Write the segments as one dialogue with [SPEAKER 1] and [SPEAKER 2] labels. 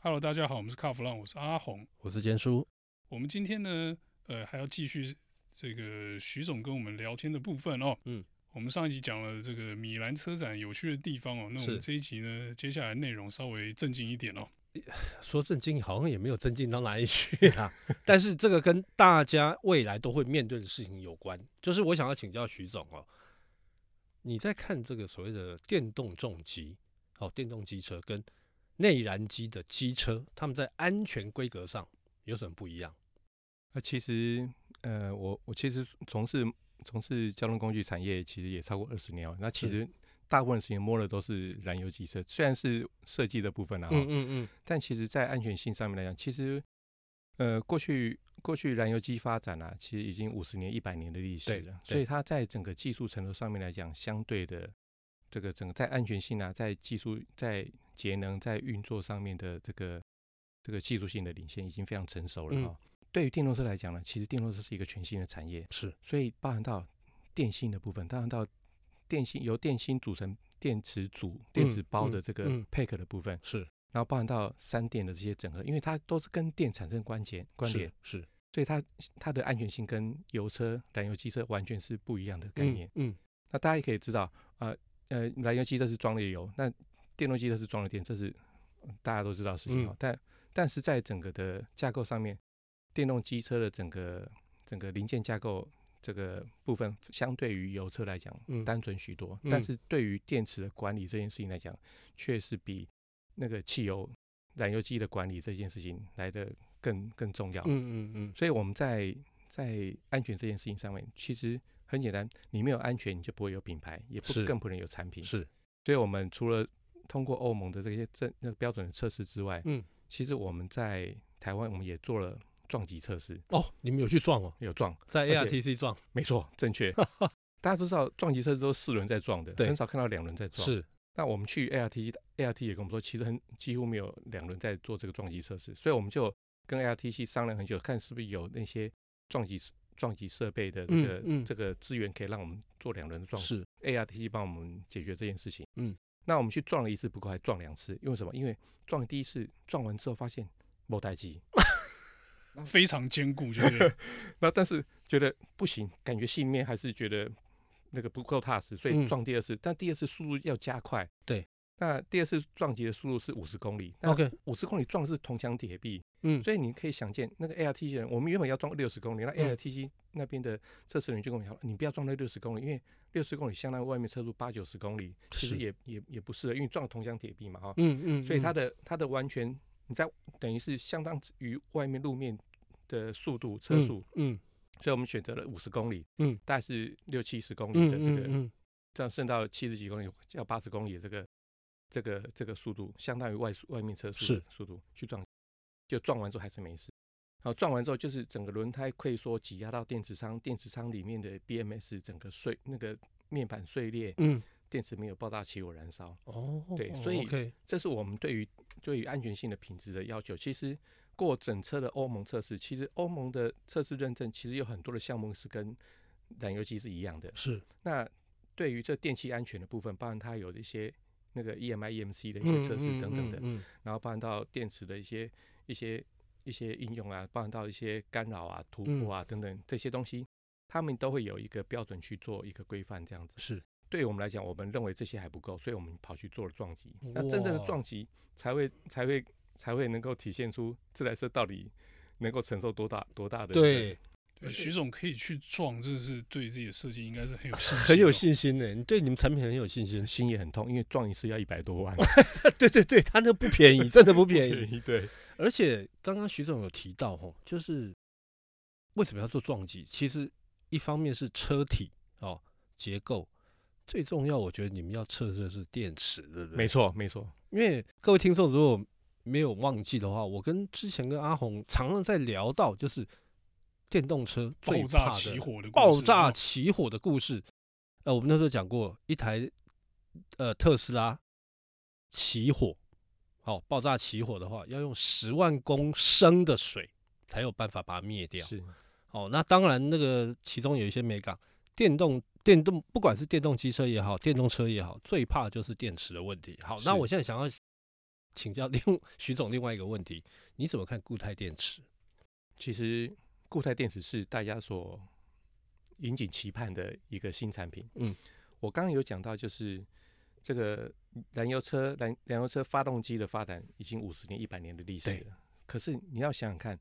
[SPEAKER 1] Hello，大家好，我们是卡弗朗，我是阿红。
[SPEAKER 2] 我是坚叔。
[SPEAKER 1] 我们今天呢，呃，还要继续这个徐总跟我们聊天的部分哦。
[SPEAKER 2] 嗯，
[SPEAKER 1] 我们上一集讲了这个米兰车展有趣的地方哦，那我们
[SPEAKER 2] 是
[SPEAKER 1] 这一集呢，接下来内容稍微正经一点哦。
[SPEAKER 2] 说震惊好像也没有震惊到哪里去啊， 但是这个跟大家未来都会面对的事情有关。就是我想要请教徐总哦，你在看这个所谓的电动重机，哦，电动机车跟内燃机的机车，他们在安全规格上有什么不一样？
[SPEAKER 3] 那其实，呃，我我其实从事从事交通工具产业，其实也超过二十年了。哦那其
[SPEAKER 2] 是
[SPEAKER 3] 实大部分时间摸的都是燃油机车，虽然是设计的部分啦、啊，
[SPEAKER 2] 嗯嗯嗯，
[SPEAKER 3] 但其实在安全性上面来讲，其实，呃，过去过去燃油机发展啊，其实已经五十年、一百年的历史
[SPEAKER 2] 对
[SPEAKER 3] 了，
[SPEAKER 2] 对
[SPEAKER 3] 所以它在整个技术程度上面来讲，相对的这个整个在安全性啊，在技术、在节能、在运作上面的这个这个技术性的领先，已经非常成熟了
[SPEAKER 2] 嗯
[SPEAKER 3] 哈、对于电动车来讲呢，其实电动车是一个全新的产业，
[SPEAKER 2] 是
[SPEAKER 3] 所以包含到电芯的部分，包含到电芯由电芯组成电池组、电
[SPEAKER 2] 嗯
[SPEAKER 3] 池包
[SPEAKER 2] 嗯
[SPEAKER 3] 的这个
[SPEAKER 2] 嗯
[SPEAKER 3] pack 的部分，
[SPEAKER 2] 是
[SPEAKER 3] 然后包含到三电的这些整合，因为它都是跟电产生关联关联，
[SPEAKER 2] 是是
[SPEAKER 3] 所以它它的安全性跟油车、燃油机车完全是不一样的概
[SPEAKER 2] 嗯
[SPEAKER 3] 念。
[SPEAKER 2] 嗯
[SPEAKER 3] 那大家也可以知道，呃呃，燃油机车是装了油，那电动机车是装了电，这是呃大家都知道的事情哦。
[SPEAKER 2] 嗯
[SPEAKER 3] 但但是在整个的架构上面，电动机车的整个整个零件架构这个部分，相对于油车来讲
[SPEAKER 2] 嗯
[SPEAKER 3] 单纯许多，
[SPEAKER 2] 嗯
[SPEAKER 3] 但是对于电池的管理这件事情来讲，却是比那个汽油燃油机的管理这件事情来的更更重要。
[SPEAKER 2] 嗯嗯嗯，
[SPEAKER 3] 所以我们在在安全这件事情上面，其实很简单，你没有安全，你就不会有品牌，也不
[SPEAKER 2] 是
[SPEAKER 3] 更不能有产品。
[SPEAKER 2] 嗯是
[SPEAKER 3] 所以我们除了通过欧盟的这些证那个标准的测试之外，
[SPEAKER 2] 嗯，
[SPEAKER 3] 其实我们在台湾我们也做了撞击测试，
[SPEAKER 2] 哦，你们有去撞哦，
[SPEAKER 3] 有撞，
[SPEAKER 2] 在
[SPEAKER 3] 而且
[SPEAKER 2] ARTC 撞
[SPEAKER 3] 没错，正 确。大家都知道撞击测试都是四轮在撞的，
[SPEAKER 2] 对
[SPEAKER 3] 很少看到两轮在撞。
[SPEAKER 2] 是
[SPEAKER 3] 那我们去 ART ART 也跟我们说，其实很几乎没有两轮在做这个撞击测试，所以我们就跟 ARTC 商量很久，看是不是有那些撞击撞击设备的这个、
[SPEAKER 2] 嗯嗯
[SPEAKER 3] 这个资源可以让我们做两轮的撞击。
[SPEAKER 2] 是
[SPEAKER 3] ARTC 帮我们解决这件事情。
[SPEAKER 2] 嗯，
[SPEAKER 3] 那我们去撞了一次，不够还撞两次，因为什么？因为撞第一次撞完之后发现没带机，
[SPEAKER 1] 非常坚固，就是
[SPEAKER 3] 那但是觉得不行，感觉心里面还是觉得那个不够踏实，所以
[SPEAKER 2] 嗯
[SPEAKER 3] 撞第二次。但第二次速度要加快。
[SPEAKER 2] 对。
[SPEAKER 3] 那第二次撞击的速度是五十公里，那
[SPEAKER 2] OK
[SPEAKER 3] 五十公里撞的是铜墙铁壁，
[SPEAKER 2] 嗯
[SPEAKER 3] 所以你可以想见那个 ARTC 人，我们原本要撞六十公里，那
[SPEAKER 2] 嗯
[SPEAKER 3] ARTC 那边的测试人员就跟我讲，你不要撞到六十公里，因为六十公里相当于外面车速八九十公里，
[SPEAKER 2] 是
[SPEAKER 3] 其实也也也不适合，因为撞铜墙铁壁嘛，哈、
[SPEAKER 2] 嗯嗯，
[SPEAKER 3] 所以它
[SPEAKER 2] 的
[SPEAKER 3] 的它的完全你在等于是相当于外面路面的速度车速，
[SPEAKER 2] 嗯
[SPEAKER 3] 所以我们选择了五十公里，
[SPEAKER 2] 嗯，
[SPEAKER 3] 大概是六七十公里
[SPEAKER 2] 嗯
[SPEAKER 3] 的这
[SPEAKER 2] 嗯
[SPEAKER 3] 个，
[SPEAKER 2] 嗯
[SPEAKER 3] 这样剩到七十几公里，要八十公里的这个这个这个速度，相当于外速外面车速的
[SPEAKER 2] 是
[SPEAKER 3] 速度去撞，就撞完之后还是没事。然后撞完之后，就是整个轮胎溃缩，挤压到电池仓，电池仓里面的 BMS 整个碎那个面板碎裂，
[SPEAKER 2] 嗯
[SPEAKER 3] 电池没有爆炸起火燃烧，
[SPEAKER 2] 哦，
[SPEAKER 3] 对所以
[SPEAKER 2] OK
[SPEAKER 3] 这是我们对于对于安全性的品质的要求。其实过整车的欧盟测试，其实欧盟的测试认证其实有很多的项目是跟燃油机是一样的。
[SPEAKER 2] 是
[SPEAKER 3] 那对于这电气安全的部分，包含它有一些那个 E EMI、EMC 的一些测试等等的，
[SPEAKER 2] 嗯嗯嗯嗯
[SPEAKER 3] 然后包含到电池的一些一些一些应用啊，包含到一些干扰啊、突破
[SPEAKER 2] 嗯
[SPEAKER 3] 啊等等这些东西，他们都会有一个标准去做一个规范这样子。
[SPEAKER 2] 是
[SPEAKER 3] 对于我们来讲，我们认为这些还不够，所以我们跑去做了撞击。那真正的
[SPEAKER 2] 哇
[SPEAKER 3] 撞击才会才会才会能够体现出这台车到底能够承受多大多大的这个
[SPEAKER 2] 对，
[SPEAKER 1] 对呃徐总可以去撞，真的是对自己的设计应该是很有信心、
[SPEAKER 2] 很有。信心呢、你对你们产品很有信心。
[SPEAKER 3] 心也很痛，因为撞一次要一百多万，
[SPEAKER 2] 对对对，它那不便宜，真的不便宜。
[SPEAKER 3] 对，
[SPEAKER 2] 而且刚刚徐总有提到吼，就是为什么要做撞击？其实一方面是车体哦结构，最重要我觉得你们要测试的是电池，对不对？
[SPEAKER 3] 没错没错，
[SPEAKER 2] 因为各位听众如果没有忘记的话，我跟之前跟阿红常常在聊到，就是电动车最
[SPEAKER 1] 爆
[SPEAKER 2] 怕
[SPEAKER 1] 炸
[SPEAKER 2] 的
[SPEAKER 1] 起火的故事
[SPEAKER 2] 爆炸
[SPEAKER 1] 哦
[SPEAKER 2] 起火的故事。呃，我们那时候讲过一台呃特斯拉起火，好、爆炸起火的话，要用十万公升的水才有办法把它灭掉。
[SPEAKER 3] 是
[SPEAKER 2] 哦，那当然，那个其中有一些美感，电动电动不管是电动机车也好，电动车也好，最怕就是电池的问题。好，那
[SPEAKER 3] 是
[SPEAKER 2] 我现在想要请教另徐总另外一个问题，你怎么看固态电池？
[SPEAKER 3] 其实固态电池是大家所引颈期盼的一个新产品。
[SPEAKER 2] 嗯，
[SPEAKER 3] 我刚刚有讲到，就是这个燃油车燃燃油车发动机的发展已经五十年、一百年的历史
[SPEAKER 2] 对
[SPEAKER 3] 了。可是你要想想看，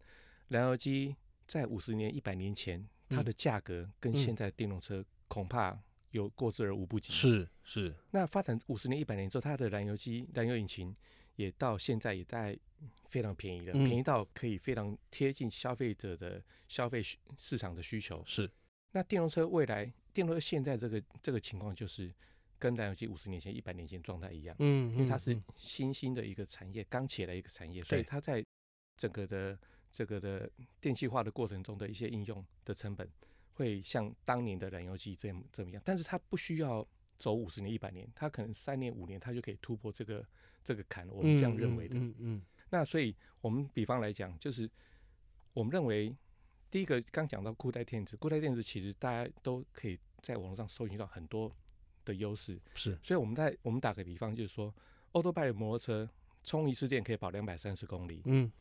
[SPEAKER 3] 燃油机在五十年、一百年前，它
[SPEAKER 2] 嗯
[SPEAKER 3] 的价格跟
[SPEAKER 2] 嗯
[SPEAKER 3] 现在电动车恐怕有过之而无不及。
[SPEAKER 2] 是是，
[SPEAKER 3] 那发展五十年、一百年之后，它的燃油机、燃油引擎也到现在也在非常便宜了，
[SPEAKER 2] 嗯
[SPEAKER 3] 便宜到可以非常贴近消费者的消费需市场的需求。
[SPEAKER 2] 是，
[SPEAKER 3] 那电动车未来，电动车现在这个这个情况就是跟燃油机五十年前、一百年前状态一样，
[SPEAKER 2] 嗯，
[SPEAKER 3] 因为
[SPEAKER 2] 嗯
[SPEAKER 3] 它是
[SPEAKER 2] 嗯
[SPEAKER 3] 新兴的一个产业，刚起来一个产业，所以
[SPEAKER 2] 对
[SPEAKER 3] 它在整个的这个的电气化的过程中的一些应用的成本，会像当年的燃油机这么这么样，但是它不需要走五十年、一百年，它可能三年、五年，它就可以突破这个这个坎，我们这样认为的。
[SPEAKER 2] 嗯嗯
[SPEAKER 3] 那所以我们比方来讲，就是我们认为，第一个刚讲到固态电池，固态电池其实大家都可以在网络上搜寻到很多的优势。
[SPEAKER 2] 嗯是，
[SPEAKER 3] 所以我们在我们打个比方，就是说 o t o b i 摩托车充一次电可以跑两百三十公里，
[SPEAKER 2] 嗯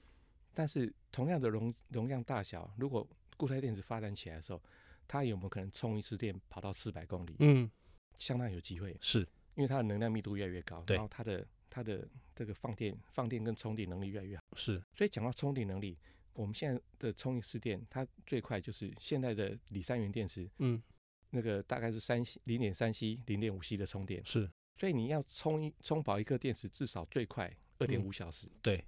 [SPEAKER 3] 但是同样的容容量大小，如果固态电池发展起来的时候，它有没有可能充一次电跑到四百公里？
[SPEAKER 2] 嗯
[SPEAKER 3] 相当有机会。
[SPEAKER 2] 是，
[SPEAKER 3] 因为它的能量密度越来越高，
[SPEAKER 2] 对
[SPEAKER 3] 然后它的它的这个放电放电跟充电能力越来越好。
[SPEAKER 2] 是
[SPEAKER 3] 所以讲到充电能力，我们现在的充一次电，它最快就是现在的锂三元电池，
[SPEAKER 2] 嗯
[SPEAKER 3] 那个大概是三零点三 C、零点五 C 的充电，
[SPEAKER 2] 是，
[SPEAKER 3] 所以你要充一充饱一颗电池，至少最快二点
[SPEAKER 2] 嗯
[SPEAKER 3] 五小时。
[SPEAKER 2] 对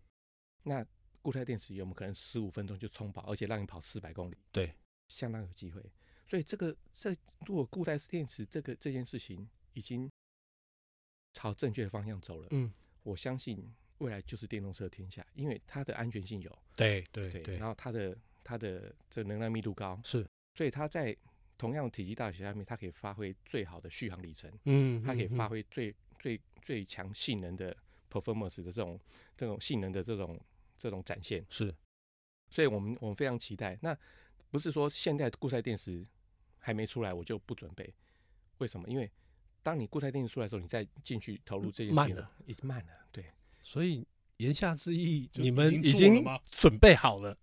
[SPEAKER 3] 那固态电池有没有可能十五分钟就充饱，而且让你跑四百公里？
[SPEAKER 2] 对，
[SPEAKER 3] 相当有机会。所以这个这如果固态电池这个这件事情已经朝正确的方向走了，
[SPEAKER 2] 嗯
[SPEAKER 3] 我相信未来就是电动车天下，因为它的安全性有，
[SPEAKER 2] 对对
[SPEAKER 3] 对，
[SPEAKER 2] 对
[SPEAKER 3] 然后它的它的这能量密度高，
[SPEAKER 2] 是，
[SPEAKER 3] 所以它在同样体积大小下面，它可以发挥最好的续航里程，
[SPEAKER 2] 嗯
[SPEAKER 3] 它可以
[SPEAKER 2] 嗯
[SPEAKER 3] 发
[SPEAKER 2] 嗯
[SPEAKER 3] 挥最、最最强性能的 performance 的这种这种性能的这种这种展现。
[SPEAKER 2] 是
[SPEAKER 3] 所以我们我们非常期待。那不是说现在固态电池还没出来我就不准备，为什么？因为当你固态电池出来的时候，你再进去投入这件事
[SPEAKER 2] 慢
[SPEAKER 3] 情
[SPEAKER 2] 了，
[SPEAKER 3] 已经慢了。对，
[SPEAKER 2] 所以言下之意，
[SPEAKER 1] 就
[SPEAKER 2] 你
[SPEAKER 1] 已
[SPEAKER 2] 们
[SPEAKER 1] 经
[SPEAKER 2] 已
[SPEAKER 1] 做了
[SPEAKER 2] 经
[SPEAKER 1] 吗
[SPEAKER 2] 准备好了。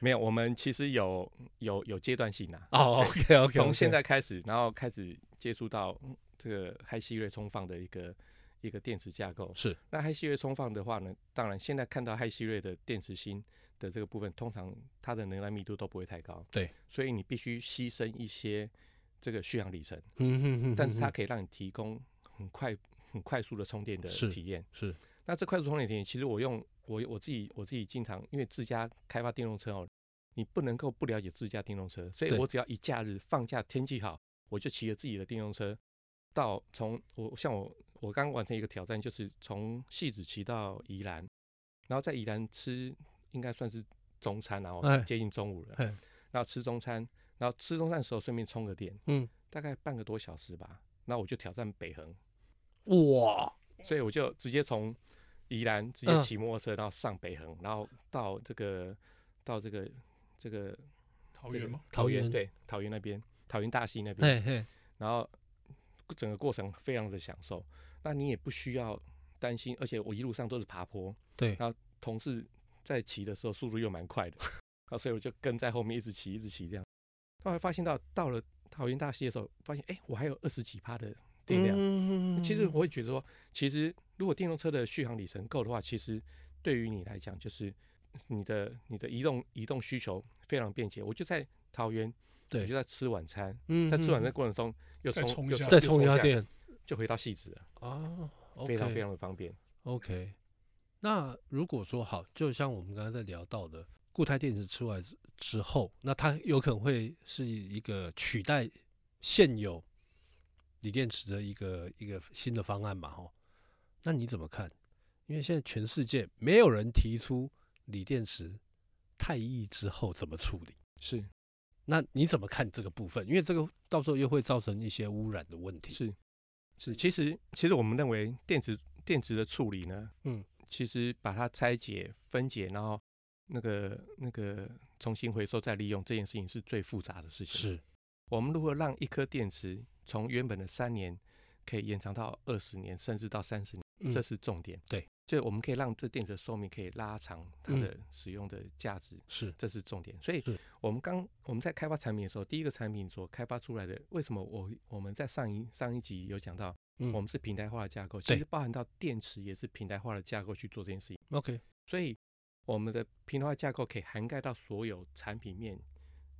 [SPEAKER 3] 没有，我们其实有有有阶段性的、啊，
[SPEAKER 2] 哦，OK OK，
[SPEAKER 3] 从现在开始，然后开始接触到嗯这个氦系列充放的一个一个电池架构。
[SPEAKER 2] 是
[SPEAKER 3] 那氦系列充放的话呢，当然现在看到氦系列的电池芯的这个部分，通常它的能量密度都不会太高，
[SPEAKER 2] 对，
[SPEAKER 3] 所以你必须牺牲一些这个续航里程，
[SPEAKER 2] 嗯哼哼，
[SPEAKER 3] 但是它
[SPEAKER 2] 哼
[SPEAKER 3] 可以让你提供很快、很快速的充电的
[SPEAKER 2] 是
[SPEAKER 3] 体验。
[SPEAKER 2] 是
[SPEAKER 3] 那这快速充电体验，其实我用我我自己我自己经常因为自家开发电动车哦，你不能够不了解自家电动车，所以
[SPEAKER 2] 对
[SPEAKER 3] 我只要一假日放假天气好，我就骑着自己的电动车到从我像我我刚完成一个挑战，就是从戏子骑到宜兰，然后在宜兰吃应该算是中餐然后
[SPEAKER 2] 哎
[SPEAKER 3] 接近中午了，
[SPEAKER 2] 哎
[SPEAKER 3] 然后吃中餐，然后吃中餐的时候顺便充个电，
[SPEAKER 2] 嗯，
[SPEAKER 3] 大概半个多小时吧，那我就挑战北横，
[SPEAKER 2] 哇，
[SPEAKER 3] 所以我就直接从宜兰直接
[SPEAKER 2] 嗯
[SPEAKER 3] 骑摩托车，然后上北横，然后到这个到这个这个
[SPEAKER 1] 桃园吗？？
[SPEAKER 3] 这个桃
[SPEAKER 2] 桃园
[SPEAKER 3] 园对桃园那边，桃园大溪那边，
[SPEAKER 2] 嘿嘿，
[SPEAKER 3] 然后整个过程非常的享受。那你也不需要担心，而且我一路上都是爬坡，
[SPEAKER 2] 对
[SPEAKER 3] 然后同事在骑的时候速度又蛮快的， 啊，所以我就跟在后面一直骑，一直骑这样。后来发现到到了桃园大溪的时候，发现哎、我还有二十几趴的电量。
[SPEAKER 2] 嗯
[SPEAKER 3] 其实我会觉得说，其实如果电动车的续航里程够的话，其实对于你来讲，就是你的你的移动移动需求非常便捷。我就在桃园，
[SPEAKER 2] 对
[SPEAKER 3] 我就在吃晚餐，
[SPEAKER 2] 嗯
[SPEAKER 3] 在吃晚
[SPEAKER 2] 嗯
[SPEAKER 3] 餐过程中又
[SPEAKER 1] 再
[SPEAKER 3] 充
[SPEAKER 1] 充一
[SPEAKER 3] 又
[SPEAKER 1] 下
[SPEAKER 2] 再
[SPEAKER 3] 又
[SPEAKER 2] 充一下电
[SPEAKER 3] 就回到戏子了，
[SPEAKER 2] 啊，
[SPEAKER 3] 非常
[SPEAKER 2] OK
[SPEAKER 3] 非常的方便。
[SPEAKER 2] OK，那如果说好，就像我们刚才在聊到的，固态电池出来之之后，那它有可能会是一个取代现有锂电池的一个一个新的方案嘛？哦，那你怎么看？因为现在全世界没有人提出锂电池太易之后怎么处理，
[SPEAKER 3] 是
[SPEAKER 2] 那你怎么看这个部分？因为这个到时候又会造成一些污染的问题。
[SPEAKER 3] 是是，其实其实我们认为电池电池的处理呢，
[SPEAKER 2] 嗯，
[SPEAKER 3] 其实把它拆解分解，然后那个那个重新回收再利用这件事情是最复杂的事情。
[SPEAKER 2] 是，
[SPEAKER 3] 我们如何让一颗电池从原本的三年可以延长到二十年，甚至到三十年，
[SPEAKER 2] 嗯
[SPEAKER 3] 这是重点。
[SPEAKER 2] 对，
[SPEAKER 3] 就我们可以让这电池的寿命可以拉长它
[SPEAKER 2] 嗯
[SPEAKER 3] 的使用的价值，
[SPEAKER 2] 是
[SPEAKER 3] 这是重点。所以
[SPEAKER 2] 是
[SPEAKER 3] 我们刚我们在开发产品的时候，第一个产品所开发出来的，为什么我我们在上一上一集有讲到，
[SPEAKER 2] 嗯
[SPEAKER 3] 我们是平台化的架构，其
[SPEAKER 2] 对
[SPEAKER 3] 实包含到电池也是平台化的架构去做这件事情，
[SPEAKER 2] OK
[SPEAKER 3] 所以我们的平台化架构可以涵盖到所有产品面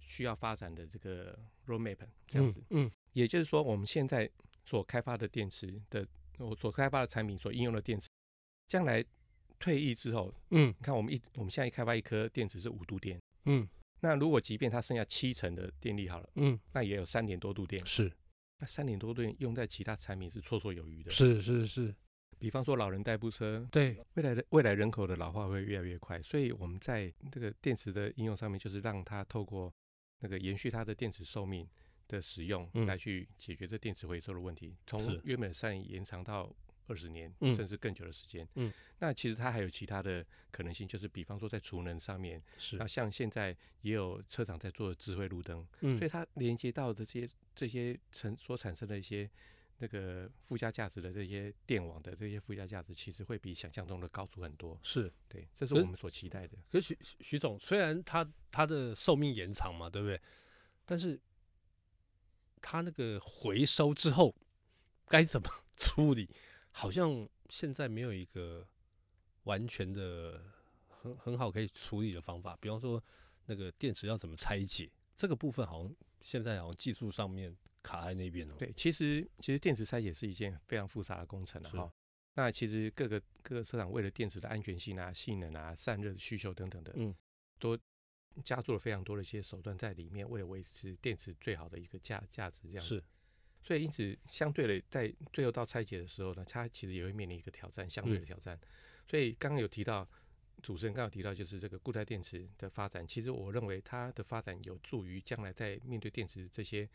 [SPEAKER 3] 需要发展的这个 roadmap 这样子。
[SPEAKER 2] 嗯，嗯
[SPEAKER 3] 也就是说，我们现在所开发的电池的，我所开发的产品所应用的电池，将来退役之后，
[SPEAKER 2] 嗯
[SPEAKER 3] 你看我们一我们现在一开发一颗电池是五度电，
[SPEAKER 2] 嗯
[SPEAKER 3] 那如果即便它剩下七成的电力好了，
[SPEAKER 2] 嗯，
[SPEAKER 3] 那也有三点多度电，
[SPEAKER 2] 是
[SPEAKER 3] 那三点多度电用在其他产品是绰绰有余的。
[SPEAKER 2] 是是是，
[SPEAKER 3] 比方说老人代步车，
[SPEAKER 2] 对，
[SPEAKER 3] 未来的未来人口的老化会越来越快，所以我们在这个电池的应用上面，就是让它透过那个延续它的电池寿命的使用，
[SPEAKER 2] 嗯
[SPEAKER 3] 来去解决这电池回收的问题，从
[SPEAKER 2] 是
[SPEAKER 3] 原本三年延长到二十年，
[SPEAKER 2] 嗯
[SPEAKER 3] 甚至更久的时间。
[SPEAKER 2] 嗯，
[SPEAKER 3] 那其实它还有其他的可能性，就是比方说在储能上面，
[SPEAKER 2] 是
[SPEAKER 3] 那像现在也有车厂在做的智慧路灯，
[SPEAKER 2] 嗯
[SPEAKER 3] 所以它连接到的这些这些成所产生的一些那个附加价值的这些电网的这些附加价值，其实会比想象中的高出很多。
[SPEAKER 2] 是。
[SPEAKER 3] 对，这是
[SPEAKER 2] 可
[SPEAKER 3] 我
[SPEAKER 2] 是
[SPEAKER 3] 们所期待的。
[SPEAKER 2] 可是徐徐徐总，虽然他他的寿命延长嘛，对不对？但是他那个回收之后该怎么 处理，好像现在没有一个完全的很很好可以处理的方法。比方说，那个电池要怎么拆解，这个部分好像现在好像技术上面卡在那边哦了。，
[SPEAKER 3] 对，其实其实电池拆解是一件非常复杂的工程啊。
[SPEAKER 2] 是
[SPEAKER 3] 哈。那其实各个各个车厂为了电池的安全性啊、性能啊、散热的需求等等的，
[SPEAKER 2] 嗯，
[SPEAKER 3] 都加入了非常多的一些手段在里面，为了维持电池最好的一个价价值这样子。
[SPEAKER 2] 是，
[SPEAKER 3] 所以因此相对的，在最后到拆解的时候呢，它其实也会面临一个挑战，相对
[SPEAKER 2] 嗯
[SPEAKER 3] 的挑战。所以刚刚有提到，主持人刚刚有提到，就是这个固态电池的发展，其实我认为它的发展有助于将来在面对电池这些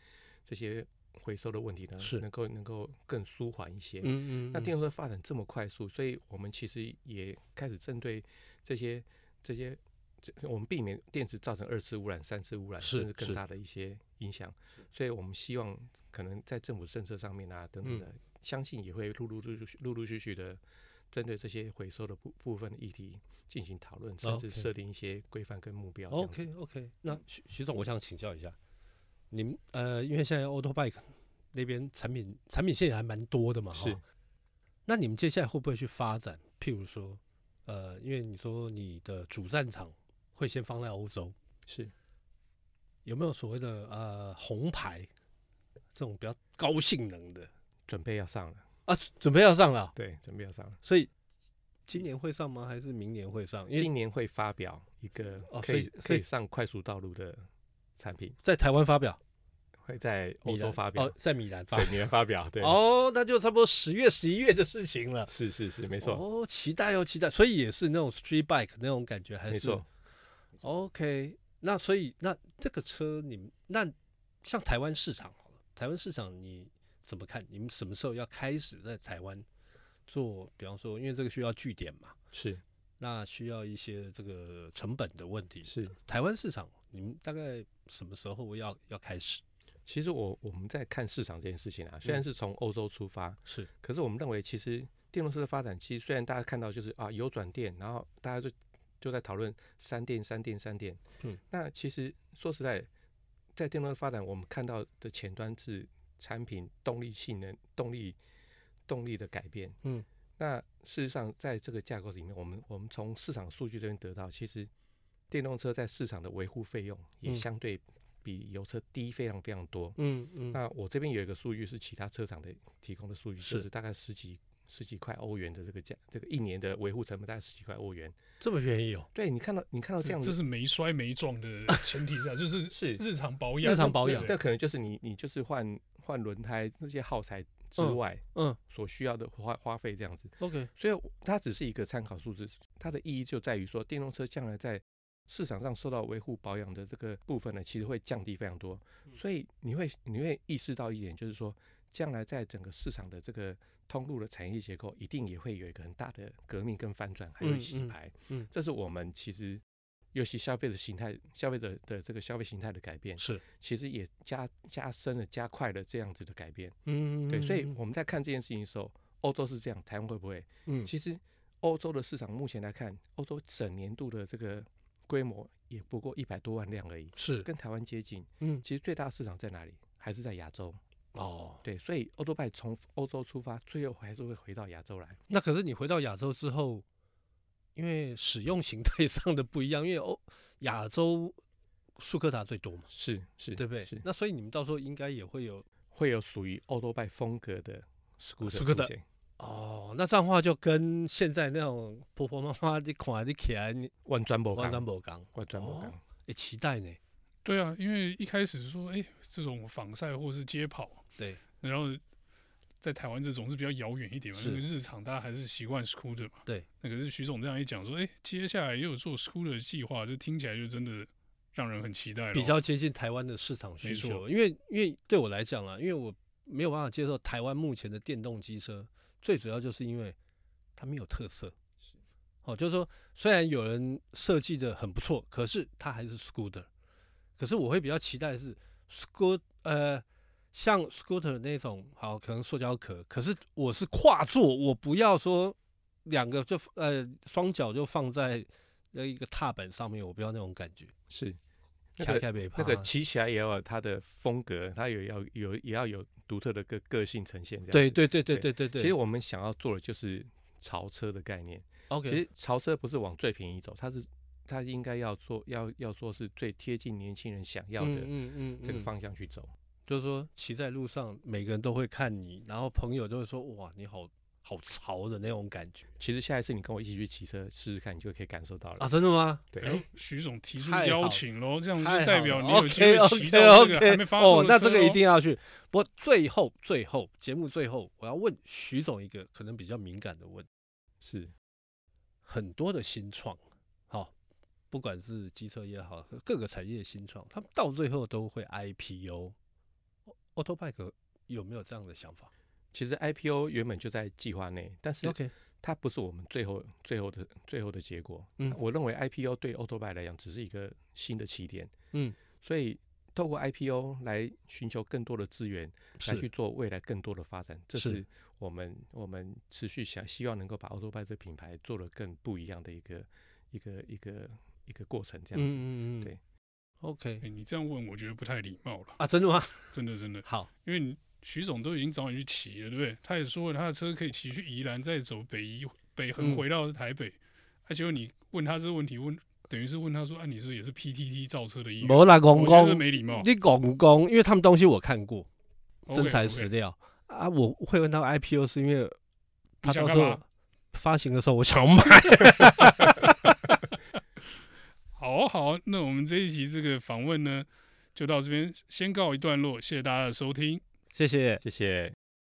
[SPEAKER 3] 这些回收的问题呢，
[SPEAKER 2] 是
[SPEAKER 3] 能够能够更舒缓一些。
[SPEAKER 2] 嗯嗯
[SPEAKER 3] 那
[SPEAKER 2] 嗯
[SPEAKER 3] 电动车发展这么快速，所以我们其实也开始针对这些这些，这我们避免电池造成二次污染、三次污染，
[SPEAKER 2] 是
[SPEAKER 3] 甚至更
[SPEAKER 2] 是
[SPEAKER 3] 大的一些影响。所以我们希望可能在政府政策上面啊等等
[SPEAKER 2] 嗯
[SPEAKER 3] 的，相信也会陆陆陆续陆陆续续的针对这些回收的部部分的议题进行讨论，甚至
[SPEAKER 2] OK
[SPEAKER 3] 设定一些规范跟目标这样子。嗯
[SPEAKER 2] OK OK，那徐徐总，我想请教一下，你们呃，因为现在 Auto Bike 那边产品产品线也还蛮多的嘛，哈
[SPEAKER 3] 是。
[SPEAKER 2] 那你们接下来会不会去发展？譬如说，呃，因为你说你的主战场会先放在欧洲，
[SPEAKER 3] 是
[SPEAKER 2] 有没有所谓的呃红牌这种比较高性能的
[SPEAKER 3] 准备要上了，
[SPEAKER 2] 啊？准备要上了，
[SPEAKER 3] 对，准备要上了。
[SPEAKER 2] 所以今年会上吗？还是明年会上？因为
[SPEAKER 3] 今年会发表一个
[SPEAKER 2] 哦
[SPEAKER 3] 可
[SPEAKER 2] 所
[SPEAKER 3] 以、
[SPEAKER 2] 以
[SPEAKER 3] 可
[SPEAKER 2] 所以
[SPEAKER 3] 以上快速道路的产品，
[SPEAKER 2] 在台湾发表，
[SPEAKER 3] 会在欧
[SPEAKER 2] 米
[SPEAKER 3] 洲
[SPEAKER 2] 兰
[SPEAKER 3] 发表
[SPEAKER 2] 哦，，在米兰发
[SPEAKER 3] 对，米兰发表，对，
[SPEAKER 2] 哦，那就差不多十月、十一月的事情了。
[SPEAKER 3] 是是是，没错，
[SPEAKER 2] 哦，期待哦，期待。所以也是那种 street bike 那种感觉，还是
[SPEAKER 3] 没错。
[SPEAKER 2] OK。那所以那这个车你们那像台湾市场好了，台湾市场你怎么看？你们什么时候要开始在台湾做？比方说，因为这个需要据点嘛，
[SPEAKER 3] 是
[SPEAKER 2] 那需要一些这个成本的问题。
[SPEAKER 3] 是。
[SPEAKER 2] 台湾市场你们大概什么时候要要开始？
[SPEAKER 3] 其实我我们在看市场这件事情啊，虽然
[SPEAKER 2] 嗯
[SPEAKER 3] 是从欧洲出发，
[SPEAKER 2] 是
[SPEAKER 3] 可是我们认为其实电动车的发展，其实虽然大家看到就是啊有转电，然后大家就就在讨论三电三电三电，
[SPEAKER 2] 嗯，
[SPEAKER 3] 那其实说实在，在电动车发展，我们看到的前端是产品动力性能、动力动力的改变，
[SPEAKER 2] 嗯，
[SPEAKER 3] 那事实上在这个架构里面，我们我们从市场数据这边得到，其实电动车在市场的维护费用也
[SPEAKER 2] 嗯
[SPEAKER 3] 相对比油车低非常非常多，
[SPEAKER 2] 嗯嗯
[SPEAKER 3] 那我这边有一个数据是其他车厂的提供的数据，就是是大概十几十几块欧元的这个价，这个一年的维护成本大概十几块欧元。
[SPEAKER 2] 这么便宜哦，
[SPEAKER 3] 对你看到你看到这样
[SPEAKER 1] 这
[SPEAKER 3] 子
[SPEAKER 1] 这是没摔没撞的前提下， 就是
[SPEAKER 3] 是
[SPEAKER 1] 日常保养，
[SPEAKER 2] 日常保养
[SPEAKER 1] 对
[SPEAKER 3] 那可能就是你你就是换换轮胎这些耗材之
[SPEAKER 2] 嗯
[SPEAKER 3] 外
[SPEAKER 2] 嗯
[SPEAKER 3] 所需要的花花费这样子，
[SPEAKER 2] ，OK，
[SPEAKER 3] 所以我它只是一个参考数字，它的意义就在于说电动车将来在市场上受到维护保养的这个部分呢，其实会降低非常多。
[SPEAKER 2] 嗯
[SPEAKER 3] 所以你会你会意识到一点，就是说将来在整个市场的这个通路的产业结构，一定也会有一个很大的革命跟翻转，还有
[SPEAKER 2] 嗯
[SPEAKER 3] 洗
[SPEAKER 2] 嗯
[SPEAKER 3] 牌。
[SPEAKER 2] 嗯
[SPEAKER 3] 这是我们其实。尤其消费的形态，消费者的这个消费形态的改变，
[SPEAKER 2] 是，
[SPEAKER 3] 其实也加加深了、加快了这样子的改变。
[SPEAKER 2] 嗯，
[SPEAKER 3] 对，所以我们在看这件事情的时候，欧洲是这样，台湾会不会？
[SPEAKER 2] 嗯
[SPEAKER 3] 其实欧洲的市场目前来看，欧洲整年度的这个规模也不过一百多万辆而已，
[SPEAKER 2] 是，
[SPEAKER 3] 跟台湾接近。
[SPEAKER 2] 嗯，
[SPEAKER 3] 其实最大市场在哪里？还是在亚洲。
[SPEAKER 2] 哦，
[SPEAKER 3] 对，所以欧洲派从欧洲出发，最后还是会回到亚洲来。
[SPEAKER 2] 那可是你回到亚洲之后，因为使用形态上的不一样，因为欧亚洲速克达最多嘛，
[SPEAKER 3] 是是，
[SPEAKER 2] 对不对
[SPEAKER 3] 是？
[SPEAKER 2] 那所以你们到时候应该也会有
[SPEAKER 3] 会有属于欧洲派风格的 scooter 出
[SPEAKER 2] scooter
[SPEAKER 3] 现。
[SPEAKER 2] 哦，那这样的话就跟现在那种婆婆妈妈你看你起来你
[SPEAKER 3] 万专博
[SPEAKER 2] 完全
[SPEAKER 3] 港，
[SPEAKER 2] 无讲，
[SPEAKER 3] 万专博
[SPEAKER 2] 哦
[SPEAKER 3] 港，
[SPEAKER 2] 也期待呢，
[SPEAKER 1] 对啊，因为一开始说，哎、这种仿赛或是街跑，
[SPEAKER 2] 对，
[SPEAKER 1] 然后在台湾这种是比较遥远一点嘛，
[SPEAKER 2] 是
[SPEAKER 1] 那个日常大家还是习惯 scooter 嘛。
[SPEAKER 2] 对，
[SPEAKER 1] 那可是徐总这样一讲说，哎、接下来也有做 scooter 的计划，这听起来就真的让人很期待了。
[SPEAKER 2] 比较接近台湾的市场需
[SPEAKER 1] 没
[SPEAKER 2] 求。
[SPEAKER 1] 错
[SPEAKER 2] 因为因为对我来讲啦，因为我没有办法接受台湾目前的电动机车，最主要就是因为它没有特色。哦，就是说虽然有人设计的很不错，可是它还是 scooter。可是我会比较期待的是 scoot 呃。像 scooter 那种，好，可能塑胶壳，可是我是跨座，我不要说两个就呃双脚就放在那一个踏板上面，我不要那种感觉。
[SPEAKER 3] 是那个
[SPEAKER 2] 卡北
[SPEAKER 3] 那个
[SPEAKER 2] 趴
[SPEAKER 3] 骑起来也要有它的风格，它也要有也要有独特的个个性呈现。这样
[SPEAKER 2] 对
[SPEAKER 3] 子，
[SPEAKER 2] 对对对对
[SPEAKER 3] 对
[SPEAKER 2] 对对，
[SPEAKER 3] 其实我们想要做的就是潮车的概念。
[SPEAKER 2] OK，
[SPEAKER 3] 其实潮车不是往最便宜走，它是它应该要做要要做是最贴近年轻人想要
[SPEAKER 2] 嗯
[SPEAKER 3] 的
[SPEAKER 2] 嗯嗯
[SPEAKER 3] 这个
[SPEAKER 2] 嗯
[SPEAKER 3] 方向去走。
[SPEAKER 2] 就是说骑在路上，每个人都会看你，然后朋友都会说哇，你好好潮的那种感觉
[SPEAKER 3] 其实下一次你跟我一起去骑车试试看，你就可以感受到了。
[SPEAKER 2] 啊，真的吗？
[SPEAKER 3] 对
[SPEAKER 1] 哎呦，徐总提出
[SPEAKER 2] 太好
[SPEAKER 1] 邀
[SPEAKER 2] 了
[SPEAKER 1] 请喽，哎这样
[SPEAKER 2] 太
[SPEAKER 1] 就代
[SPEAKER 2] 好
[SPEAKER 1] 表
[SPEAKER 2] 了
[SPEAKER 1] 你有机
[SPEAKER 2] OK
[SPEAKER 1] 会
[SPEAKER 2] OK
[SPEAKER 1] 骑到这个还
[SPEAKER 2] OK，
[SPEAKER 1] 没发售的
[SPEAKER 2] 哦，那这
[SPEAKER 1] 车
[SPEAKER 2] 个一
[SPEAKER 1] 哦
[SPEAKER 2] 定要去。不过最后最后节目最后，我要问徐总一个可能比较敏感的问题，
[SPEAKER 3] 是
[SPEAKER 2] 很多的新创，好、不管是机车也好，各个产业的新创，他们到最后都会 IPO。Autobike 有没有这样的想法
[SPEAKER 3] 其实 IPO 原本就在计划内，但是
[SPEAKER 2] ？OK，
[SPEAKER 3] 它不是我们最后最后的最后的结果。
[SPEAKER 2] 嗯
[SPEAKER 3] 我认为 IPO 对 o t o b i 来讲只是一个新的起点，
[SPEAKER 2] 嗯，
[SPEAKER 3] 所以透过 IPO 来寻求更多的资源，来
[SPEAKER 2] 是
[SPEAKER 3] 去做未来更多的发展，这
[SPEAKER 2] 是
[SPEAKER 3] 是我们我们持续想希望能够把 o t o b i 这品牌做得更不一样的一个一个一个一个过程，这样子。
[SPEAKER 2] 嗯嗯嗯嗯，
[SPEAKER 3] 对
[SPEAKER 2] ，OK
[SPEAKER 1] 哎，你这样问我觉得不太礼貌了，
[SPEAKER 2] 啊，真 的吗？
[SPEAKER 1] 真的真的，
[SPEAKER 2] 好，
[SPEAKER 1] 因为你徐总都已经找你去骑了，对不对？他也说了，他的车可以骑去宜兰，再走北宜北
[SPEAKER 2] 嗯
[SPEAKER 1] 横回到台北，而且、结果你问他这个问题，问等于是问他说，啊，你是不是也是 PTT 造车的一员？哦
[SPEAKER 2] 没啦，公
[SPEAKER 1] 我觉得这
[SPEAKER 2] 公，
[SPEAKER 1] 没礼貌，
[SPEAKER 2] 你公公，因为他们东西我看过，真材
[SPEAKER 1] OK，OK
[SPEAKER 2] 实料啊，我会问到 IPO 是因为他
[SPEAKER 1] 想
[SPEAKER 2] 到时
[SPEAKER 1] 干
[SPEAKER 2] 候
[SPEAKER 1] 嘛
[SPEAKER 2] 发行的时候我想买，
[SPEAKER 1] 好好，那我们这一期这个访问呢，就到这边先告一段落，谢谢大家的收听。
[SPEAKER 2] 谢谢。
[SPEAKER 3] 谢谢。